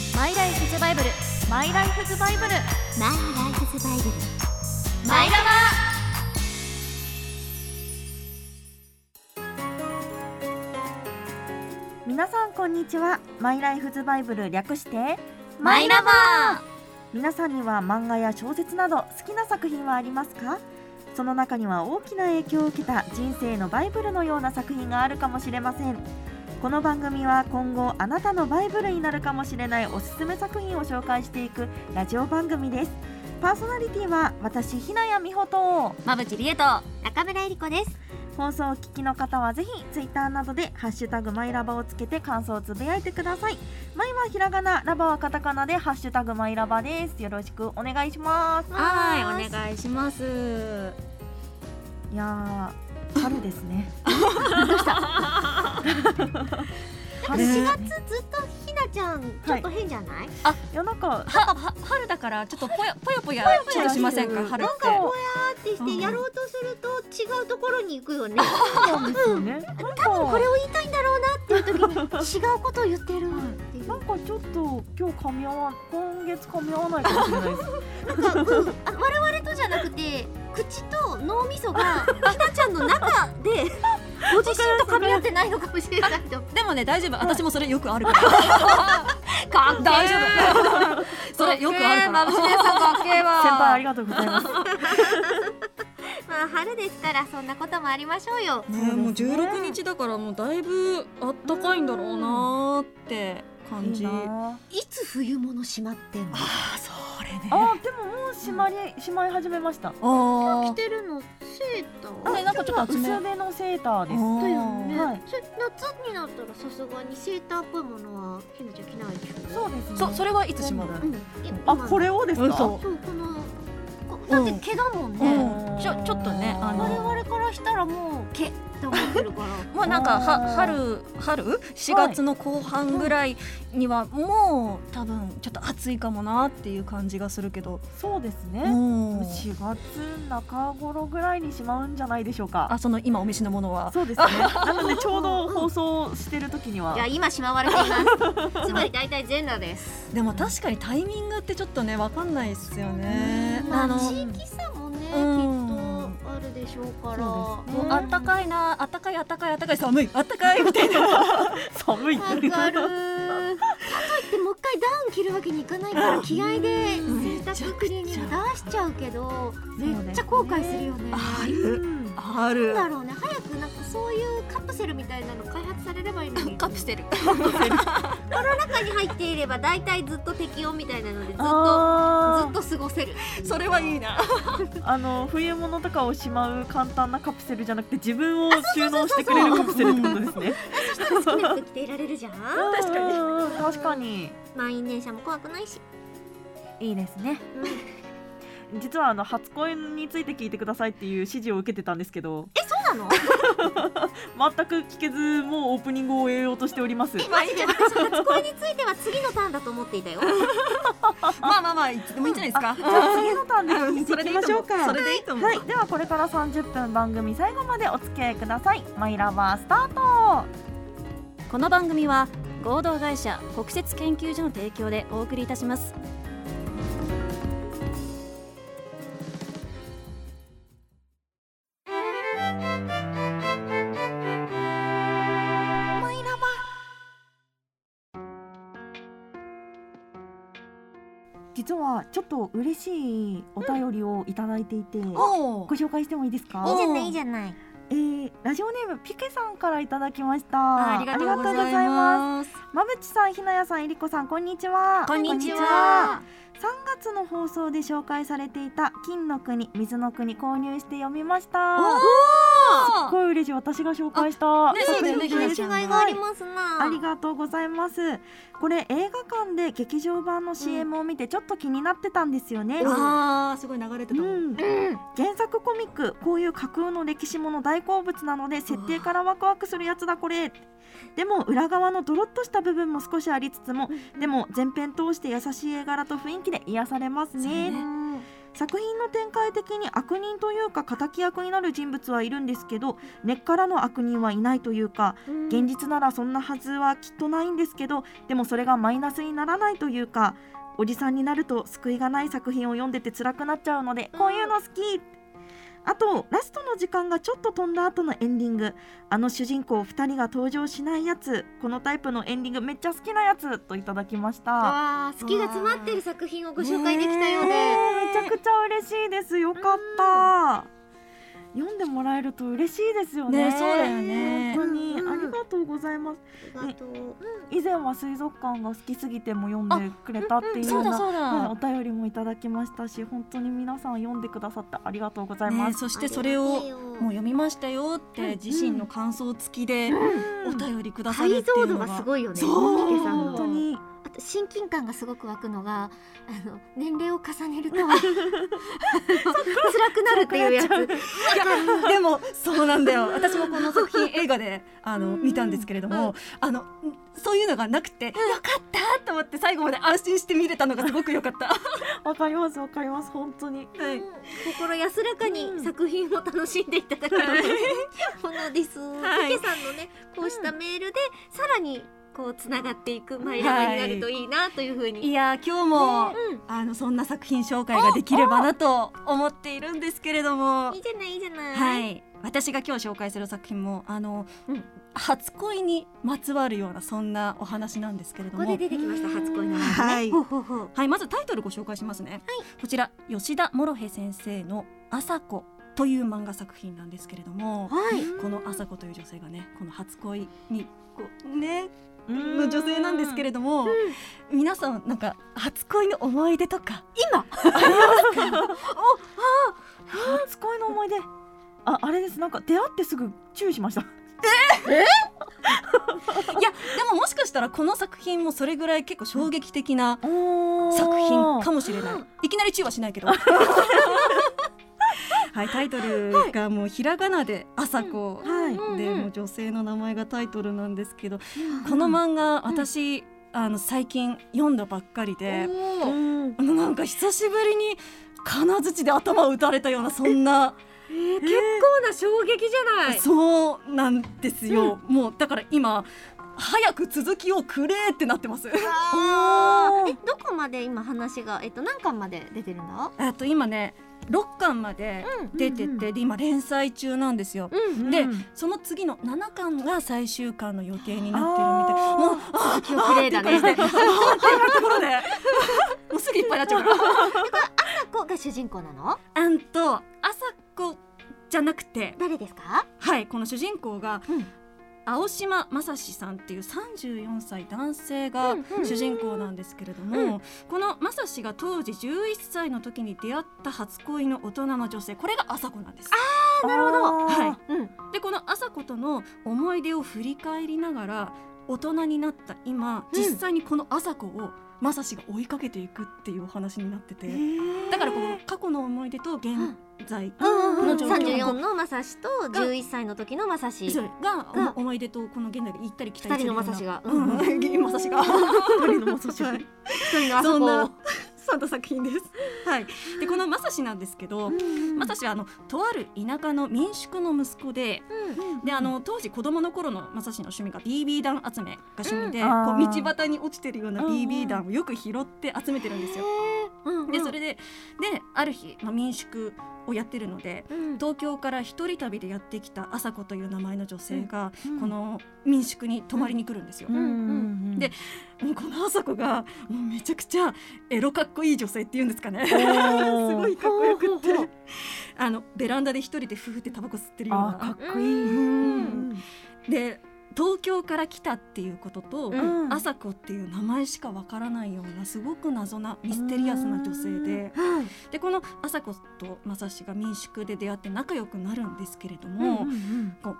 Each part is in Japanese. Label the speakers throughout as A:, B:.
A: バイブルマイライフズバイブル
B: マイライフズバイブル
A: マイラ
C: 皆さんこんにちはマイライフズバイブル略して
A: バマイラバ
C: 皆さんには漫画や小説など好きな作品はありますかその中には大きな影響を受けた人生のバイブルのような作品があるかもしれませんこの番組は今後あなたのバイブルになるかもしれないおすすめ作品を紹介していくラジオ番組ですパーソナリティは私ひなやみほと
A: ーまぶちりえと
B: 中村えり子です
C: 放送をお聞きの方はぜひツイッターなどで「ハッシュタグマイラバ」をつけて感想をつぶやいてくださいマイはひらがなラバはカタカナで「ハッシュタグマイラバ」ですよろしくお願いします
A: はいお
C: い
A: 願いします
C: いやー春ですねどうした
B: ずずっとひなちゃんちょっと変じゃない、
C: いやなんか
A: 春だからちょっと ぽよぽよぽよ
C: ぽよ
A: ちょっとしませんか
C: して
A: 春
C: る
A: って
C: なんか
B: ってし
A: うんうん
B: てやろうとすると違うところに行く よね
C: そうなんですよねなんか
B: これを言いたいんだろうなっていう時に違うことを言ってるっていう
C: なんかちょっと今日噛み合わ今月噛み合わないかもしれない です
B: なんか、うん、あ我々とじゃなくて口と脳みそが ひなちゃんの中で ご自身と噛み合ってないのかもしれないと
A: でもね大丈夫私もそれよくある から
B: か
A: 大丈夫 それよくあるから
B: まぶしねさんかっけえわ
C: 先輩ありがとうございます
B: まあ春ですからそんなこともありましょうよ
A: ねもう
C: そうですね
A: 16日だからもうだいぶあったかいんだろうなーって感
C: いい
A: じあ
C: ない
B: つ冬物閉まってんの
A: あそれねあ
C: あーでももうしまりしまい始めました
B: 着
A: あ
B: てるのセータ
A: あ
B: ー
A: れなんかちょっと厚
C: 薄
A: め
C: 手のセーターです
B: だよね、
C: はい
B: それ夏になったらさすがにセーターっぽいものはひなちゃん着ないでしょ
C: そうですね
A: そそれはいつしまる
B: うん、今
C: あこれをですか、
A: うんそ
B: そうこのこだって毛だもん
A: う
B: ね、
A: んちょちょっとねあの
B: 我々からしたらもう毛って思ってるから
A: まあなんかは
C: あー
A: 春春4月の後半ぐらいにはもう多分ちょっと暑いかもなっていう感じがするけど、
C: そうです
A: う
C: ね
A: ん、
C: 4月中頃ぐらいにしまうんじゃないでしょうか
A: あその今お召しのものは
C: そうですねなのでちょうど放送してる時には
B: じゃあ今しまわ れていますつまり大体全裸です
A: でも確かにタイミングってちょっとねわかんないですよね。
B: ま
A: あ
B: あ
A: の
B: 地域差もね、
A: うん
B: きっとあるでしょうから
C: そ
A: もう
C: うん
A: あったかいなあったかいあったかいあったかい寒いあったかいみたいな
C: 寒い
B: わか るー。かといってもう一回ダウン着るわけにいかないから気合で洗濯クリーニング出しちゃうけどめっちゃ後悔するよね。
A: あ
C: う
A: る
C: ん
A: あ
B: な
A: る
B: んだろうね早くなんかそういうカプセルみたいなの開発されればいいの に。
A: カプセル
B: 中に入っていれば大体ずっと適温みたいなのでずっと。ず
C: あ
B: っと過ごせる。
A: それはいいな
C: ーあの冬物とかをしまう簡単なカプセルじゃなくて自分を収納してくれるカプセルってことですね
B: そしたら好きな服着ていられるじゃん。
C: 確かに確かに
B: 満員電車も怖くないし。
C: いいですね実はあの初恋について聞いてくださいっていう指示を受けてたんですけど
B: え、そうなの？
C: 全く聞けずもうオープニングを終えようとしております
B: マジで私初恋については次のターンだと思っていたよ。
A: まあまあまあいつでもいいんじゃないですか
C: あじゃあ次のターンで聞いて
A: そ
C: い
A: れで
C: き
A: いい
C: ま
A: と
C: しょ
A: 思
C: う
A: う
C: か
A: それでいいと思う
C: はい、ではこれから30分番組最後までお付き合いくださいマイラバースタート
D: この番組は合同会社国設研究所の提供でお送りいたします
C: 実はちょっと嬉しいお便りをいただいていて、ご
A: おお
C: 紹介してもいいですか
A: お
B: いいじゃないいいじゃない。
C: えー、ラジオネームピケさんからいただきました
A: ありがとうござい
C: す
A: ます
C: まぶちさんひなやさんえりこさんこんにちは
A: こんにち
B: は
C: 3月の放送で紹介されていた金の国水の国購入して読みましたすっ
A: お
C: ごい嬉しい私が紹介した
A: ね
C: すごい
A: そうだよね
C: 嬉しい
A: ひなちゃん
B: 違いがありますな。
C: ありがとうございますこれ映画館で劇場版の CM を見てちょっと気になってたんですよね、うん
A: あーすごい流れてたもん
C: 原作コミックこういう架空の歴史もの大好物なので設定からワクワクするやつだこれでも裏側のドロッとした部分も少しありつつもでも前編通して優しい絵柄と雰囲気で癒されますね
A: そうね
C: 作品の展開的に悪人というか敵役になる人物はいるんですけど根っからの悪人はいないというか
B: うん
C: 現実ならそんなはずはきっとないんですけどでもそれがマイナスにならないというかおじさんになると救いがない作品を読んでて辛くなっちゃうのでこういうの好きあとラストの時間がちょっと飛んだ後のエンディングあの主人公2人が登場しないやつこのタイプのエンディングめっちゃ好きなやつといただきました
B: あー好きが詰まってる作品をご紹介できたようで、
C: めちゃくちゃ嬉しいですよかった読んでもらえると嬉しいですよね
A: ねそうだよね
C: 本当に
B: うん
C: ありがとうございます
B: ありがとう、
C: 以前は水族館が好きすぎても読んでくれたっていうよ
D: そううだ
C: な
D: そうだ、
C: はいお便りもいただきましたし本当に皆さん読んでくださってありがとうございま
A: ね、
C: す、
A: そしてそれをもう
B: う
A: 読みましたよって自身の感想付きでお便りくださる
B: 解
A: ってい
B: 像
A: う
B: 度
A: のが
B: がすごいよね
A: そう
B: キケさんの
C: 本当に
B: あと親近感がすごく湧くのがあの年齢を重ねると辛くなるっていう やつ
C: 辛く
A: いやでもそうなん だよ私もこの作品映画であの見たんですけれども、あのそういうのがなくて、よかったと思って最後まで安心して見れたのがすごく良かった、
C: わかりますわかります本当に
A: はい
B: うん心安らかに
C: うん
B: 作品を楽しんでいただくものです。
A: はい
B: ピケさんのねこうしたメールでさらにこうつながっていくマイラバになるといいなというふうに、
A: いやー今日も、
B: うん
A: あのそんな作品紹介ができればなと思っているんですけれども
B: いいじゃないいいじゃない。
A: はい私が今日紹介する作品もあの、
B: うん
A: 初恋にまつわるようなそんなお話なんですけれど
B: ここ
A: も
B: で出てきました初恋の話ね。
A: はい
B: ほうほうほう。
A: はい、まずタイトルご紹介しますね。こちら吉田諸平先生の朝子という漫画作品なんですけれども、
B: はい。
A: この朝子という女性がね、この初恋にこうね
C: うん
A: の女性なんですけれども、
B: う
A: 皆さんなんか初恋の思い出とか今
C: 初恋の思い出ああれですなんか出会ってすぐ注意しました
A: いやでももしかしたらこの作品もそれぐらい結構衝撃的な作
C: 作
A: 品かもしれないいきなりチューはしないけどはいタイトルがもうひらがなで朝子
C: はい
B: うん
A: で
B: うん
A: もう女性の名前がタイトルなんですけどこの漫画私、あの最近読んだばっかりで
B: ん。おー
C: うん
A: なんか久しぶりに金槌で頭を打たれたようなそんな、
B: えー結構な衝撃じゃない。
A: そうなんですよ、もうだから今早く続きをくれってなってます
B: あーえどこまで今話がえっと何巻まで出てるんだ？
A: あと今ね6巻まで出てて、
C: うんうん
A: で今連載中なんですよ、
B: うん
A: で
C: うん
A: その次の7巻が最終巻の予定になってるみたい
C: あ
A: もう
C: ー
A: あ
B: 記憶例だね。
A: あってなところ でもうすぐいっぱいになっちゃうから
B: ここが主人公なの？
A: あんと朝子じゃなくて
B: 誰ですか？
A: はいこの主人公が、
B: うん
A: 青島正史さんっていう34歳男性が
B: うんうん
A: 主人公なんですけれども、
B: う
A: この正史が当時11歳の時に出会った初恋の大人の女性これが朝子なんです。
C: あなるほど
A: はい
B: うん。
A: でこの朝子との思い出を振り返りながら大人になった今実際にこの朝子を正史が追いかけていくっていうお話になってて、だからこの過去の思い出と現在
B: うんうんう
A: の
B: ん、
A: 状況
B: 三十
A: がこう
B: 四のまさしと十一歳の時のまさし。
A: そうが
B: が
A: お思い出とこの現代で行ったり来たり
B: 二人のまさしが
A: するようなうん うんまさしが
C: 二人のまさし
A: はい
B: 一人のあ
A: そ
B: そ
A: ん
B: こ。
A: なそんな作品です。はい。でこのまさしなんですけど、
B: うん
A: まさしはあのとある田舎の民宿の息子で。であの当時子供の頃のまさしの趣味が BB 弾集めが趣味で、
C: うんあー
A: こう道端に落ちてるような BB 弾をよく拾って集めてるんですよ。
B: うんうん
A: でそれでである日、まあ、民宿をやってるので
B: うん
A: 東京から一人旅でやってきた朝子という名前の女性が、
C: うん
A: この民宿に泊まりに来るんですよ。
C: うんうんうん
A: でもうこの朝子がもうめちゃくちゃエロかっこいい女性っていうんですか ね す
C: ー
A: ごいかっこよくって
B: ほうほうほう
A: あのベランダで一人で夫婦ってタバコ吸ってるよう
C: あーか
A: な
C: っこいい、
A: うんで東京から来たっていうことと、
C: うん
A: 朝子っていう名前しかわからないようなすごく謎なミステリアスな女性で
B: はい
A: でこの朝子と正志が民宿で出会って仲良くなるんですけれど
C: うん
A: も、
C: うんうん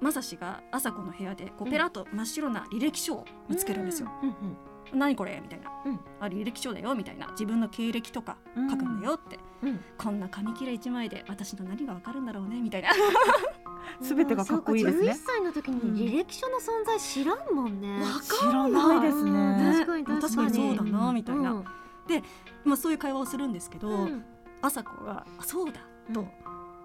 A: 正志が朝子の部屋でこうペラッと真っ白な履歴書を見つけるんですよ。
B: うん
A: 何これみたいな、
B: うん
A: あ履歴書だよみたいな自分の経歴とか書くんだよって、
B: うん
A: こんな紙切れ一枚で私の何がわかるんだろうねみたいな
B: うん
C: 全てがかっこいいですね
B: そうか11歳の時に履歴書の存在知らんもんね。
C: 知らないですね
B: うん確かに確かに
A: そうだなみたいな、
B: うん
A: まあ、そういう会話をするんですけど、
B: うん
A: 朝子が「あそうだ」と、
D: うん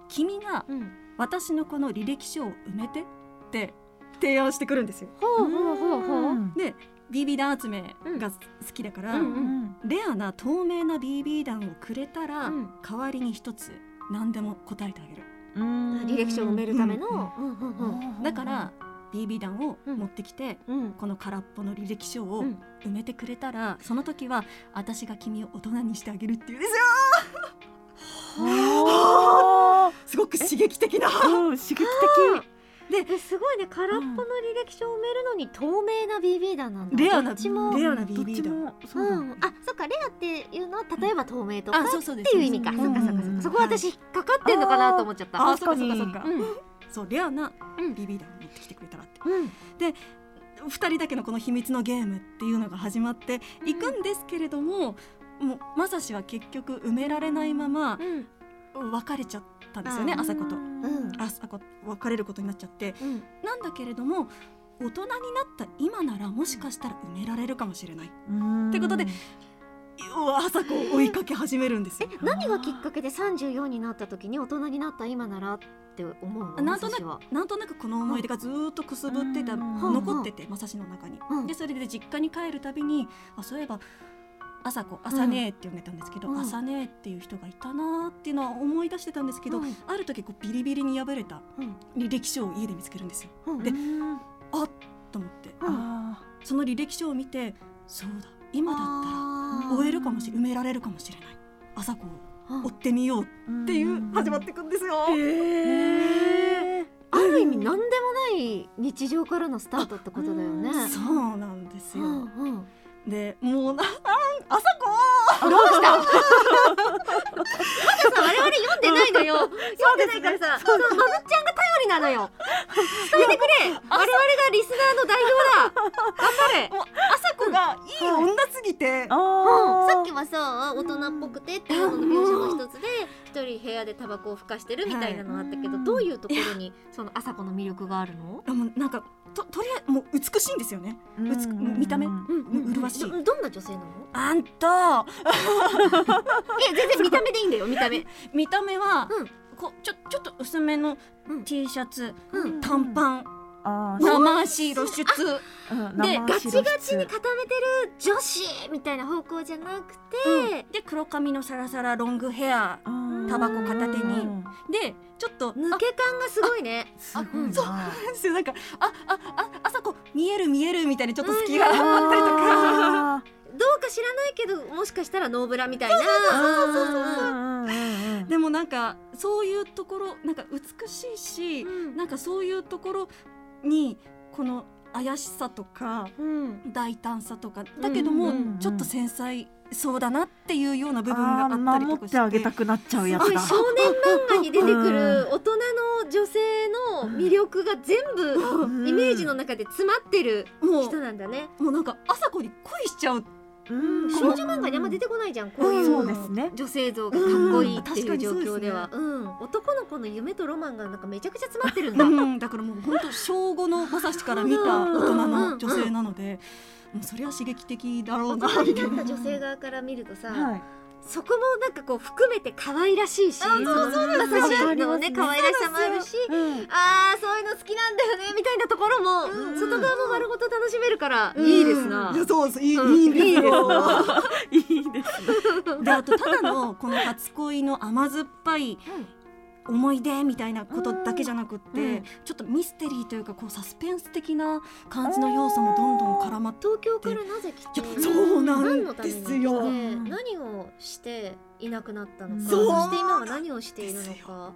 A: 君が
D: うん
A: 私のこの履歴書を埋めて」って提案してくるんですよ。
D: ほうほうほうほう
A: で BB 弾集めが好きだから、
D: うん
C: うん
A: レアな透明な BB 弾をくれたら、
D: うん
A: 代わりに一つ何でも答えてあげる。
C: うん
B: 履歴書を埋めるための、
A: う
B: うんうんうん
A: だから BB 弾を持ってきて、
D: うん
A: この空っぽの履歴書を
D: うん
A: 埋めてくれたら、その時は私が君を大人にしてあげるっていうんですよ
C: おー
A: すごく刺激的な
C: うん刺激的
B: えすごいね空っぽの履歴書を埋めるのに透明な BB 弾なんだ
A: レアな
B: どっちも
A: レアな
C: どっ
A: BB
C: ち
A: 弾
C: もそううだ
B: ん、あそっかレアっていうのは例えば透明とかっ
A: あそうそうです
B: ていう意味か、
A: ん
B: そっかそっかそっかそこは私
A: はい
B: 引っかかってんのかなと思っちゃった
A: あそうかそうかそうか、
D: うん
A: そうレアな
B: うん
A: BB 弾を持ってきてくれたらって
B: うん
A: 2人だけのこの秘密のゲームっていうのが始まっていくんですけれども、もうまさしは結局埋められないまま
B: うん
A: 別れちゃったんですよね
B: あー
A: 朝子と
B: うん
A: 朝子別れることになっちゃって
B: うん
A: なんだけれども大人になった今ならもしかしたら埋められるかもしれない
C: うん
A: ってことで朝子を追いかけ始めるんです
B: え
A: よ。
B: 何がきっかけで34になった時に大人になった今ならって思うの
A: なんと
B: 私
A: な
B: は
A: くなんとなくこの思い出がずーっとくすぶってた、
C: うん
A: 残っててまさしの中に、
B: うん
A: でそれで実家に帰るたびにあそういえば朝子朝ねって呼んでたんですけど、
B: うん
A: 朝ねっていう人がいたなーっていうのは思い出してたんですけど、
B: うん
A: ある時こうビリビリに破れた
B: うん
A: 履歴書を家で見つけるんですよ
B: うん
A: で
C: うん
A: あっと思って
C: あ
A: その履歴書を見てそうだ今だっ
B: あ
A: た
B: ー
A: ら終えるかもしれ埋められるかもしれない朝子を
B: うん
A: 追ってみようっ
C: ー
A: ていう始まっていくんですよ。
C: へー
B: ある意味何でもない日常からのスタートってことだよね
C: うん
A: そうなんですよ、
B: うんうん
A: でもうなあ朝子
B: さ我々読んでないのよ。読んでないからさ、そうまぶっちゃんが頼りなのよ。伝えてくれ。我々がリスナーの代表だ。頑張れ。
A: 朝子がいい女すぎて、
C: あー
B: さっきはさ大人っぽくてっていうのの描写の一つで一人部屋でタバコをふかしてるみたいなのあったけど、
C: はい
B: どういうところにその朝子の魅力があるの、
A: あもうなんかととりあえずもう美しいんですよね
C: うん
A: うつ見た目
C: うん
B: うん
A: うん麗しい
B: どどんな女性なの
A: あんた
B: いや全然見た目でいいんだよ見た目
A: 見た目は、
B: うん
A: こちょちょっと薄めの
B: うん
A: T シャツ、
B: うん
A: 短パン、
C: あー
A: 生足露出
C: うん
A: で
C: 生
B: ガ
C: 足
B: チ
C: 露出
B: ガチに固めてる女子みたいな方向じゃなくて、
A: で黒髪のサラサラロングヘア
C: あー
A: タバコ片手に
C: うん
A: でちょっと
B: 抜け感がすごいね
C: すごい
B: うん
C: な
B: そ
A: あですよなんかあああ朝子見える見えるみたいなちょっと隙があったりとか、
C: あ
B: どうか知らないけどもしかしたらノーブラみたいな
C: ーう
B: うん
C: んうんうん
A: でもなんかそういうところなんか美しいし、
B: うん
A: なんかそういうところにこの怪しさとか
B: うん
A: 大胆さとかだけども、
B: うん
C: うんうん
A: ちょっと繊細そうだなっていうような部分
C: あ
A: が
C: ー
A: あったりと
C: 守
A: か
C: っ
A: して
C: てあげたくなっちゃうや
B: すご
C: つ
B: い
C: だ
B: 少年漫画に出てくる大人の女性の魅力が全
C: う
B: 部
C: ん
B: イメージの中で詰まってる
A: も
B: 人なんだね
A: うもうなんか朝子に恋しちゃう
C: うん
B: 少女漫画にあんま出てこないじゃんこうい
C: そうです
B: う
C: ね
B: 女性像がかっこいいって
A: うん確
B: い
A: か
B: う
A: に
B: 状
A: そうですね
B: 況では、うん男の子の夢とロマンがなんかめちゃくちゃ詰まってるんだ、
A: うん、だからもう本当小五のまさしから見た大人の女性なので、もうそれは刺激的だろうな
B: 大人
A: み
B: に
A: たい
B: な
A: な。
B: った女性側から見るとさ、
C: はい
B: そこもなんかこう含めて可愛らしいし、そのまさしのね可愛らしさもあるし、
C: うん
B: あーそういうの好きなんだよねみたいなところも、
C: うん
B: 外側も丸ごと楽しめるから、
A: うん
B: いいですな。
A: いやそうそういい、
B: うん
A: いいんですよ。
C: いいですね
A: であとただのこの初恋の甘酸っぱい思い出みたいなことだけじゃなくって、
B: うんうん
A: ちょっとミステリーというかこうサスペンス的な感じの要素もどんどん絡まって
B: 東京からなぜ来て
A: いやそうなんですよ
B: 何のため
C: うん
B: に来て何をしていなくなったのか
A: そう
B: そして今は何をしているのか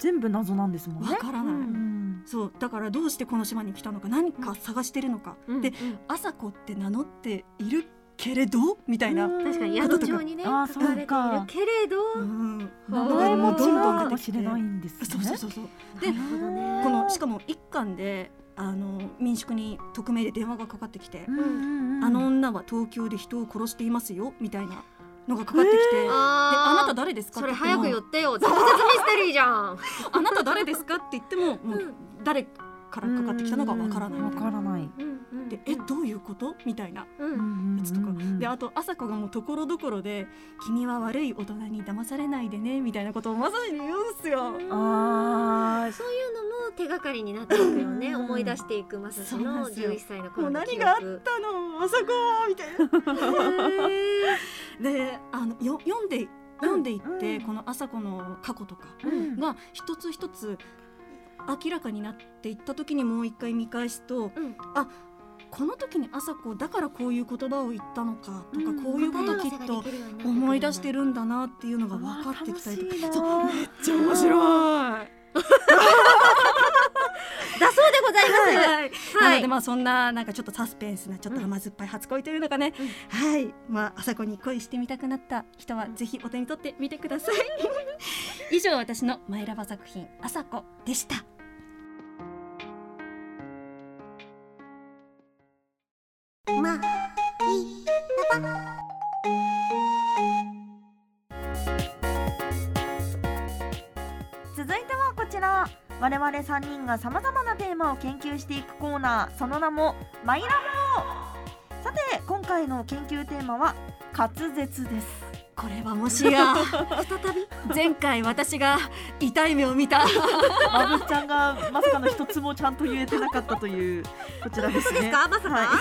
C: 全部謎なんですもん
A: わ
C: ね
A: からない、
B: うん
A: そうだからどうしてこの島に来たのか何か探してるのか、
B: うん
A: で朝子って名乗っているけれどみたいな、
B: 確かに
A: や
B: 宿帳にね書
C: あ
B: か
C: ーそう
B: れ
C: か
B: ているけれど、
A: うん
C: 名前も違う
A: どんどん
C: か
A: 出
C: も
A: てき
C: してれないんですね
A: そうそうそうそうで
B: なるほどね
A: このしかも一巻であの民宿に匿名で電話がかかってきて、
C: うんうんうん
A: あの女は東京で人を殺していますよみたいなのがかかってきて、であな
B: あー
A: た誰ですかっ
B: それ
A: て言って
B: 早く
A: も
B: 言ってよ絶絶ミステリーじゃん
A: あなた誰ですかって言ってもも
B: う
A: う誰からかかってきたのかわからない
C: わからない
B: うんうん
A: でえどういうことみたいな
B: うん
A: やつとか、であと朝子がもうところどころで「君は悪い大人に騙されないでね」みたいなことをまさしに言うんすよ。
C: あー
B: そういうのも手がかりになっていくよね
C: うん
B: 思い出していくまさし
A: そうなん
B: の
A: ですよ
B: 11歳の
A: も
B: 頃
A: う
B: の
A: 何
B: 記
A: があっ
B: 憶
A: たの朝子はみたいな。
B: へー
A: であのよ読んで読んでいって、
C: うん
A: この朝子の過去とか
C: うん
A: が一つ一つ明らかになっていった時にもう一回見返すと
B: うん
A: この時に朝子だからこういう言葉を言ったのかとか、
C: うん
A: こういうこ
B: 答え合
A: と
B: わ
A: き
B: せ
A: っ
B: が
A: と
B: できるようになってくるんだ
A: 思い出してるんだなっていうのが分かってきたりと
C: う
A: か
C: わ楽しいな
A: そうめっちゃ面白い。
B: だそうでございます
A: はいな
B: は
A: の
B: い
A: でまあそんななんかちょっとサスペンスなちょっと甘酸っぱい初恋というのかね、はいまあ朝子に恋してみたくなった人はぜひお手に取ってみてください以上私のマイラバ作品朝子でした
B: まあ
C: 続いてはこちら我々3人がさまざまなテーマを研究していくコーナーその名も「マイラボ」さて今回の研究テーマは「滑舌」です
A: これはもしや
B: 再び
A: 前回私が痛い目を見た
C: まぶちゃんがまさかの一つもちゃんと言えてなかったというこちらですね
B: ですかまさか
C: はい
B: は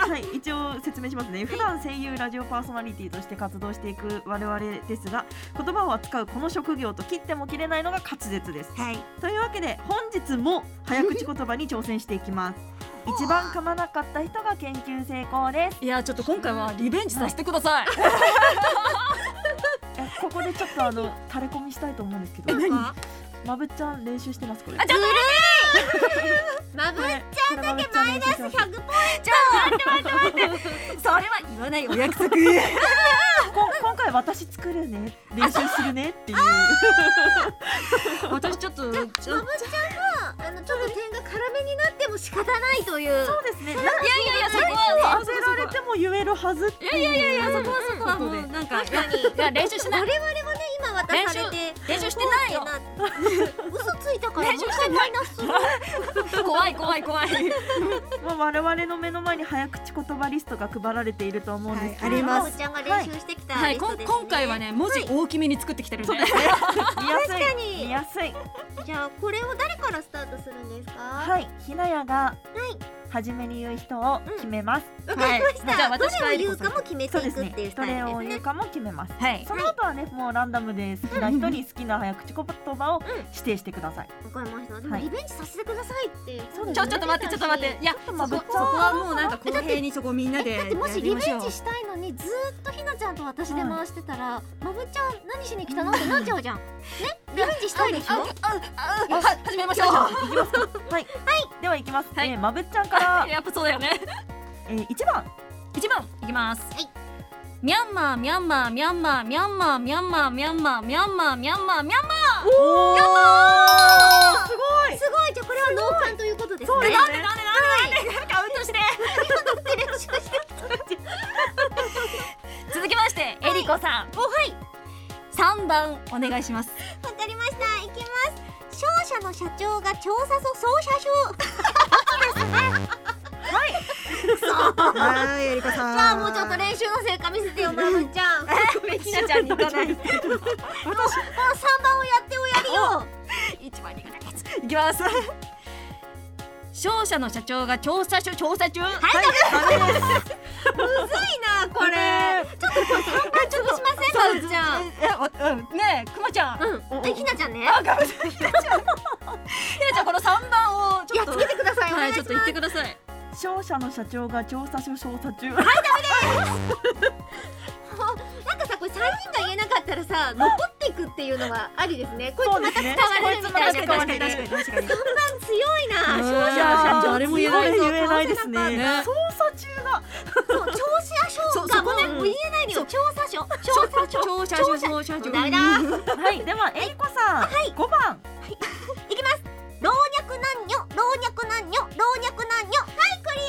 C: はい、一応説明しますね普段声優ラジオパーソナリティとして活動していく我々ですが言葉を扱うこの職業と切っても切れないのが滑舌です
B: いはい
C: というわけで本日も早口言葉に挑戦していきます一番噛まなかった人が研究成功 です
A: いやちょっと今回はリベンジさせてください
C: えここでちょっとあの垂れ込みしたいと思うんですけど
B: なんか
C: まぶっちゃん練習してますこれ
B: ずるいまぶ
C: これこれまぶっちゃんだけマイナス
B: 100ポ
A: それは言わないお約束
C: こ今回私作るね練習するねっていう
A: 私ちょっとちょ
B: まぶちゃんはあのちょっと点が辛めになっても仕方ないという
C: そうですね
A: いやいやそ
C: 何を当てられても言えるはずっていういやいやい
A: いやそこはそこはもうなんかいやいや練習しない
B: 我々はね今渡されて
A: 練習してないよ
B: こうってな 嘘ついたから
A: 練習して
B: マイナス
A: 怖い怖い怖い
C: まあ、我々の目の前に早口言葉リストが配られていると思うんですけ
A: あ
C: れ
A: り
C: ども、
A: ます
B: まぶちゃんが練習してきた
A: はい、
B: リス
A: こ
B: ト
A: ん
B: ですね
A: 今回はね文字大きめに作ってきてるんで、
C: 見やすい
B: 確かに
C: 見やすい
B: じゃあこれを誰からスタートするんですかい
C: はいひなやが初めに言う人を決めます、
B: わかりました、
A: はいじゃあ私
B: ど
A: から
B: れを
A: 行
B: 言
A: こう
B: うかも決めて
C: そうで
B: い
C: す
B: くっ
C: ね
B: ていうス
C: ど
B: タイ
C: れ
B: ル
C: を
B: です
C: 言う
B: ね
C: かも決めます
A: はい
C: その後はねもうランダムで好きな人に好きな早口言葉を指定してください、
B: わかりましたでも
C: はい
B: リベンジさせてくださいって
C: そうですね
A: ちょちょっと待ってちょっと待っていやそこ
C: まぶっ
A: そ
C: ちゃう
A: こはもうなんか公平にそこみんなで
B: だってもしリベンジ
A: し
B: したいのにずーっとひなちゃんと私で回してたら、まぶちゃん何しに来たのってなっちゃうじ ゃんねリベンジしたいでしょ
A: あああは始めましょう
C: いきますかはい、ではいきます、
A: はい
C: えーまぶっちゃんから、
A: やっぱそうだよね
C: えー、1番
A: 一番いきます、
B: はい
A: ミャンマーミャンマーミャンマーミャンマーミャンマーミャンマーミャンマーミャンマーミャンマー
C: おおすごい
B: すごいじゃあこれは脳幹ということです
C: そう
B: ね
C: です
B: なん
A: な
C: ね
A: んでなんでなんでなんでカウントして
B: で 練習して
A: 続きましてえりこさん
B: おはい
A: 三番お願いします
B: わかりました行きます商社の社長が調査所総社長
C: はいえりこさん
B: じゃあもうちょっと練習の成果見せてよまぶちゃんもう
A: ひなちゃんに行かな
B: 3番
A: い
B: をやっておやりよ
A: 一番に行かないやついきます商社の社長が調査所調査中はい
B: いいなこれちょっとこれ3番潰しませんまぶちゃん
A: えわうんねえくまちゃん、
B: うんえひなちゃんね
A: あかぶせひなちゃんひなちゃんこの三番をちょ
B: や
A: っ
B: っ
A: と
B: つけてくださいお
A: は
B: 願
A: い
B: いし
A: ちょっ
B: ます
A: と言ってください
C: 商社の社長が調査所調査中
B: なんかさこれ3人が言えなかったらさ残っていくっていうのはありですねこいつ
C: そう
B: ま
C: で
B: た
C: すね
B: 使われるみたいな感じ
A: 確かに確か
B: で
A: に確かに確かに
B: 強いな
A: うん
B: 勝者
A: あー誰も言えない
C: 言えないですね
A: ね
C: 捜査中が
B: そう調査所がも
A: そそこね
B: うもう言えないのよ調査所調査所
A: 調査
B: 調
A: 所
B: 査
A: 調査所
B: ダメだ
C: はい、ではえりこさん、五番。
B: いきます老若男女老若男女老若男女はいクリ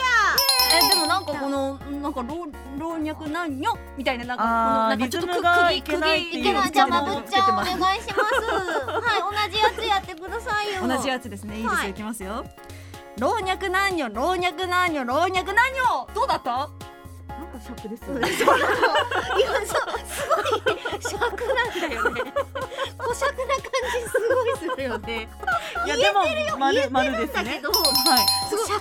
A: えでもなんかこのなんか老老若男女みたいななんかこの
C: あー
A: なんかちょっと
C: リズム
A: く
C: が
A: 釘
C: いけないってい
B: アいうけ
A: 釘を
B: な
A: つ
B: い
A: け
B: じゃあ
A: て
B: ま
A: ま
B: ぶっ
A: す
B: ちゃんお願いしますはい同じやつやってくださいよ
A: 同じやつですねいいです
B: は
A: よ
B: い
A: いきますよ老若男女老若男女老若男女どうだった
C: なんか尺です
B: そ
C: よ
B: う
C: ね
B: 今そうすごい尺なんだよね。 小尺な感じすごいするよね。
C: いやでも丸丸です
B: だけ
C: ね
B: ど、
C: はい
B: 小尺。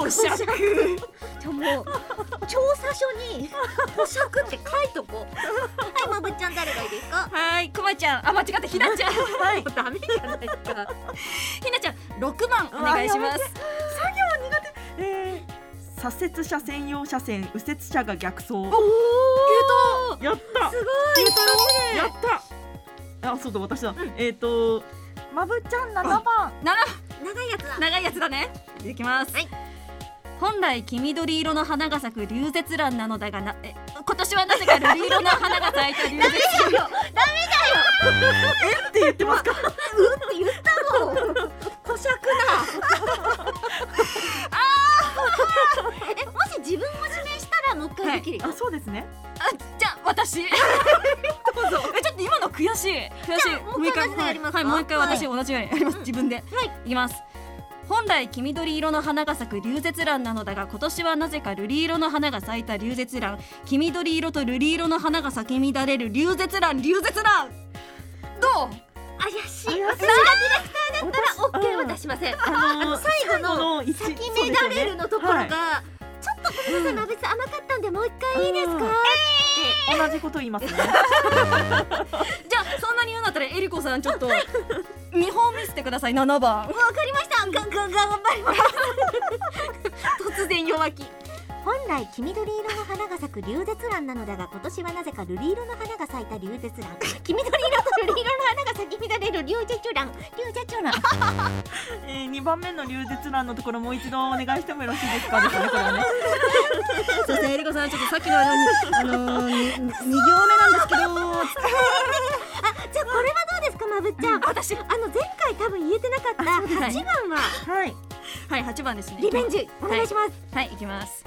E: こしゃく
B: じゃあもう調査書に小尺って書いとこう。はい、まぶっちゃん誰がいいですか。
A: はいくまちゃんあ間違ったひ なちゃん
C: はい
B: もうダメじゃないか。
A: ひなちゃん六番お願いします
C: えー左折車専用車線右折車が逆走
A: お
C: やった
B: す
C: やったあそうだ私だ、えっ、とまぶちゃん七番
B: 長いやつだ。
A: 長いやつだねいきます、
B: はい
A: 本来黄緑色の花が咲く龍舌蘭なのだがなえ今年はなぜか瑠色の花が咲い た龍舌蘭
C: って言ってますか
B: うって言ったもん。小尺だ。え、もし自分を指名したらもう一回できるよ。
C: あそうですね
A: あじゃあ 私えちょっと今の悔しい悔しい
B: もう一回同じのやりますか
A: はいもう一回
B: はい
A: 私同じようにやります、自分で、いきます本来黄緑色の花が咲く龍舌蘭なのだが今年はなぜか瑠璃色の花が咲いた龍舌蘭黄緑色と瑠璃色の花が咲き乱れる龍舌蘭龍舌蘭どう
B: 怪しい。
C: 怪しい
B: 私がディレクターだったらオッケーは出しません。
C: あ
B: あの最後の
C: 一
B: 先めだれるのところが、ちょっとごめんなさい、まぶさん甘かったんでもう一回いいですか。
C: うんそうですよねはい同じこと言いますね
A: じゃあそんなに言うんだったらえりこさんちょ っと見本見せてください7番
B: わかりました。ガンガンガン頑張ります。突然弱気。本来黄緑色の花が咲く龍舌蘭なのだが今年はなぜか瑠璃色の花が咲いた龍舌蘭黄緑色と瑠璃色の花が咲き乱れる龍舌蘭龍舌蘭
C: えー二番目の流舌欄のところもう一度お願いしてもよろしいですかですねこれはね
A: すいませんえりこさんちょっとさっきのあのあの2行目なんですけど
B: あじゃあこれはどうですかまぶっちゃん、あ
A: 私
B: の前回多分言えてなかった
A: あそうですね
B: 8番は
C: はい
A: はい8番ですね
B: リベンジお願いします、
A: はい行きます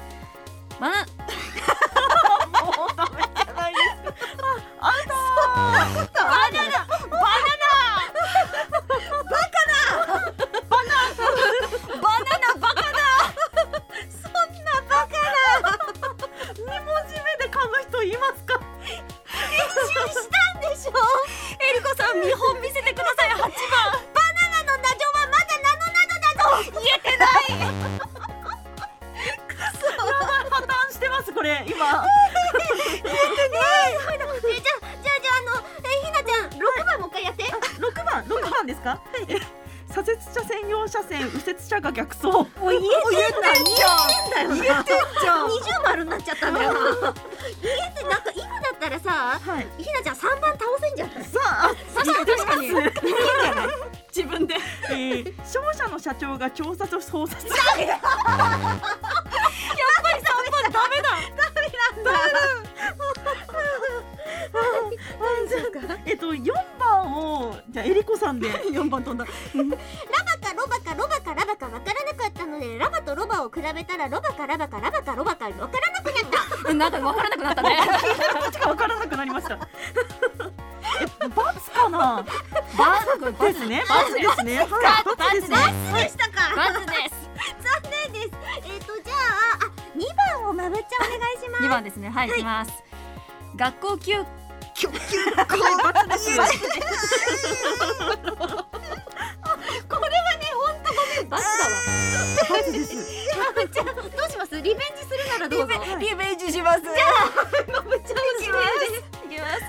A: まな
C: もうダメじゃないです
A: バナナバカだ
C: 二文字目で噛む人いますか
B: したんでしょ
A: えりこさん見本見せてください8
B: バ
A: 番
B: ナナのナジョはまだナノナノだと言えてない
C: 破綻してますこれ今
B: えじゃあじゃあじゃああのえひなちゃん六番もう一回やって
C: 六番六番ですかえ左折車専用車線右折車が逆走
B: もう言えてない言えて
E: 言
B: んだよ
E: えてんじゃん
B: 二重丸になっちゃったんだよな言えてなんか今だったらさ
C: はい
B: ひなちゃん三番倒せんじゃない
C: さあ
A: 確かに確かにいけんじゃない自分で
C: えー商社の社長が調査と捜査えっと四番をじゃあエリコさんで
E: 四番飛んだ
B: ラバかロバかロバかラバかわからなかったのでラバとロバを比べたらロバかラバかラバかロバかわからなくなった
A: なんかわからなくなったね
C: どっちかわからなくなりま した。えバツかな
A: バツバ
C: で
A: ツ
C: すねバツですねはい
A: バツ
C: バツですね
A: バ
B: でしたか
A: バツです
B: 残念ですえっ、とじゃああ二番をまぶっちゃんお願いします
A: 2番ですねはい行きます学校休
C: はいバツです
B: これはね本当
A: バツ
C: バツです
B: まぶちゃんどうしますリベンジするならどうぞ
A: だわリベンジします じゃ
B: まぶちゃん
A: いきますいきます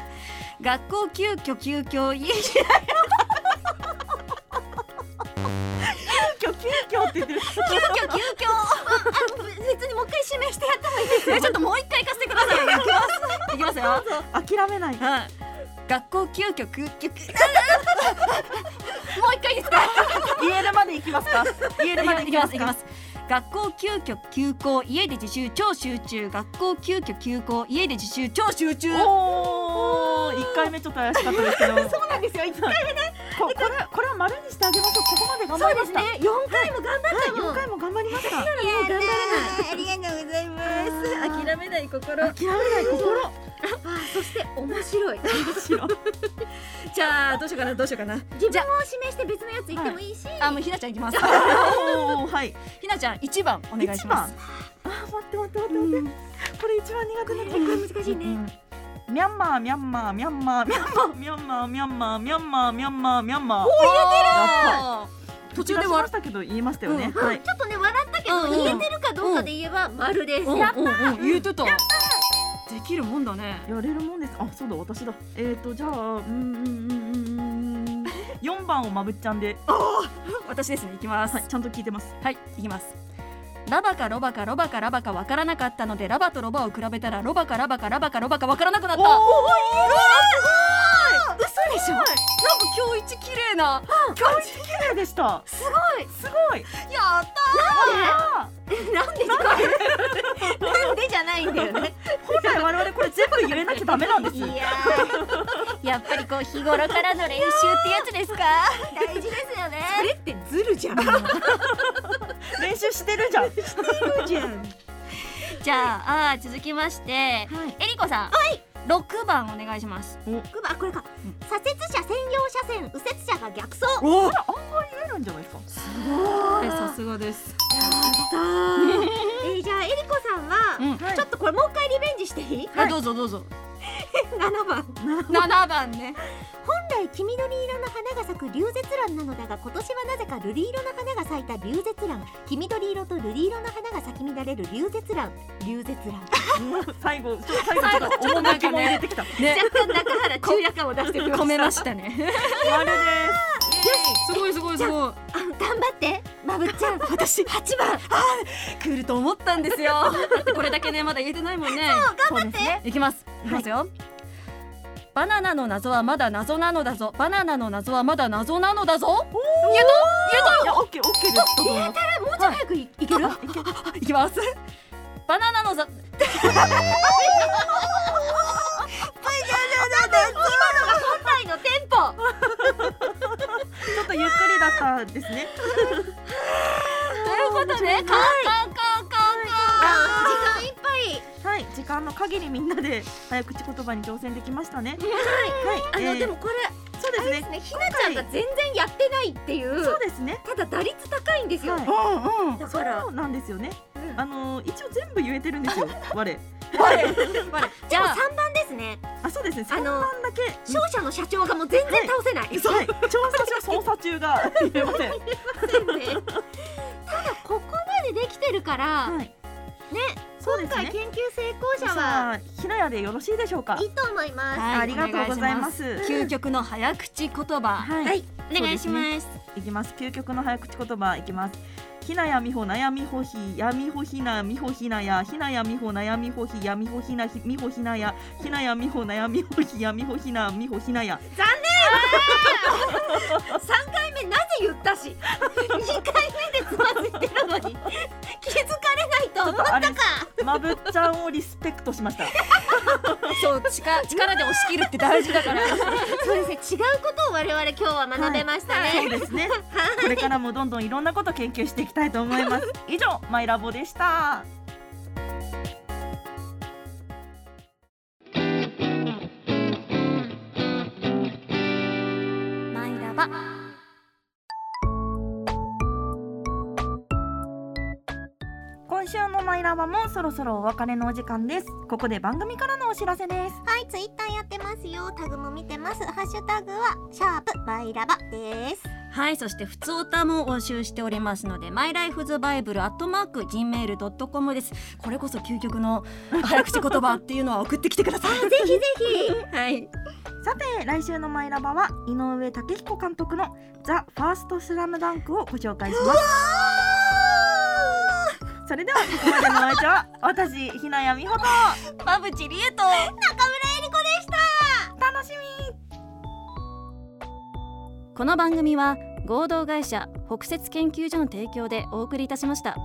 A: 学校休居休教いい
C: 急遽急遽って言って る
A: 急遽急遽
B: あ別にもう一回指名してやった方がいい
A: えちょっともう一回行かせてくだ さい行きます行きますよ
C: 諦めない
A: はい学校休居休休 もう一回いい ですか
C: 言えるまで行きますか言えるまで行
A: いき
C: き
A: ま
C: ますす
A: いき
C: か
A: ます学校休居休校家で自習超集中学校休居休校家で自習超集中
C: おー一回目ちょっと怪しかったですけど そうなんですよ一回目ねここれこれは丸にしてあげましょうここまで頑張りました
B: ね四回も頑張ったもん、
C: 四回も頑張りました
B: 頑張れないありがとうございます
A: めない心
C: 諦めない心
B: あーそして面白い
A: じゃあどうしようかなどうしようかな
B: 自分を指名して別のやつ言ってもいいし、
A: あもうひなちゃんいきます
C: おお はい
A: ひなちゃん一番お願いします
C: あー待って待って待って待って、これ一番苦手な
B: これ難しいね、
C: うんミャンマーミャンマーミャンマーミャンマーミャンマーミャンマーミャンマーミャンマーミャンマー
A: あー途中で
C: 出しま
A: 笑
C: したけど言いましたよね、
B: うん
C: はい
B: ちょっとね笑ったけど、
A: うんうん
B: 言えてるかどうかで言えば丸です、
A: うん
B: やっ
A: うんうん言うてたできるもんだね
C: やれるもんですあそうだ私だえっ、ー、とじゃあうんうんうんうんうん4番をまぶっちゃんでは
A: 私ですねいきます
C: いちゃんと聞いてます
A: はい、いきます。ラバかロバかロバかラバかわからなかったのでラバとロバを比べたらロバかラバかラバかロバかわからなくなった。なんか
C: 嘘でしょ
A: 今日一綺麗な。
C: 今日綺麗でしたすごいすごい
A: やった
B: てなんでなんでじゃないんだよね
C: 本来我々これ全部入れなきゃダメなんです
B: いやーやっぱりこう日頃からの練習ってやつですか大事ですよねそれってずるじゃん
C: 練習してるじゃん
A: じゃああー続きまして、えりこさん。六番お願いします。
B: あこれか左折車専用車線右折車が逆走
C: お案外入れるんじゃないですか
A: さすがです。
B: えーじゃあえりこさんは、
A: うん
C: はい
B: ちょっとこれもう一回リベンジしていい
A: はい、どうぞどう ぞ。
B: 7番
A: 七番 ね。
B: 本来黄緑色の花が咲く龍舌蘭なのだが今年はなぜか瑠璃色の花が咲いた龍舌蘭黄緑色と瑠璃色の花が咲き乱れる龍舌蘭龍舌蘭
C: 最後ちょ最後ちょっと
A: 最後ちょっとなん
C: 趣
A: かね
C: も入れてきた丸
A: ね。
B: 若干中原中也感を出してくれま
A: 込め
B: した
A: ました ね。
C: です
A: すごいすごいすごい。
B: あ頑張ってまぶっちゃん 私8番
A: 来ると思ったん ですよ。だってこれだけねまだ言えてないもんね。
C: そうですね
A: いきます。いきますよ。バナナの謎はまだ謎なのだぞ。バナナの謎はまだ謎なのだぞ。言え
C: いやオッケーオッケーです
B: 言えたらもうちょい早くい,、い、ける
A: た。言えた。いきます。バナナのざ。
B: 本来のテンポ
C: ちょっとゆっくりだったですね
A: ということね。カンカンカンカ
B: あー時間いっぱい
C: はい時間の限りみんなで早口言葉に挑戦できましたね
B: あ
C: はい
B: の、
C: えー
B: でもこれ
C: そうで
B: あ
C: す
B: れで
C: ね
B: すねひなちゃんが全然やってないっていう
C: そうですね
B: ただ打率高いんですよ、
C: はい
A: ン。うんうん。
B: だ
C: そ
B: から
C: うなんですよね
B: うん
C: あの一応全部言えてるんですよ我
A: じゃあ
B: 3番ですね
C: あそうですね
B: あ
C: 三
B: の
C: 番だけ
B: 商社の社長がもう全然倒せない、
C: はい調査中捜査中が言えませ ん
B: ただここまでできてるから、
C: はい
B: ね
C: そうで
B: 今
C: す
B: 回
C: ね
B: 研究成功者は
C: さあひなやでよろしいでしょうか
B: いいと思います。
A: はい
C: ありがとうございます
A: お願し究極の早口言葉。
C: はい
A: お願いします。
C: いきます究極の早口言葉いきますひなやみほなやみほひやみほひなみほひなやひなやみほなやみほひやみほひなひみほひなやひなやみほなやみほひやみほひなみほひなや
B: 三回目なぜ言った し、二回目でつまずいてるのに気づかれないと思った
C: あ
B: か
C: れ。まぶっちゃんをリスペクトしま した
A: そう力力で押し切るって大事だから。
B: そうですね。違うことを我々今日は学べました
C: そう
B: ね。
C: ですねこれからもどんどんいろんなこと研究していきたいと思います以上マイラボでした
A: マイラバ。
C: 今週のマイラバもそろそろお別れのお時間ですここで番組からのお知らせです
B: はい、ツイッターやってますよ。タグも見てます。ハッシュタグはシャープバイラバです。
A: はい、そして普通オタも募集しておりますので、マイライフズバイブルアットマーク gmail ドットコムです。これこそ究極 の早口言葉っていうのは送ってきてください。 ぜひぜひ。はい。
C: さて来週のマイラバは井上武彦監督のザ・ファーストスラムダンクをご紹介しますそれではここまでのお相手は私ひなやみほと
A: 馬淵理恵と。
C: 楽しみ
A: この番組は合同会社北雪研究所の提供でお送りいたしました。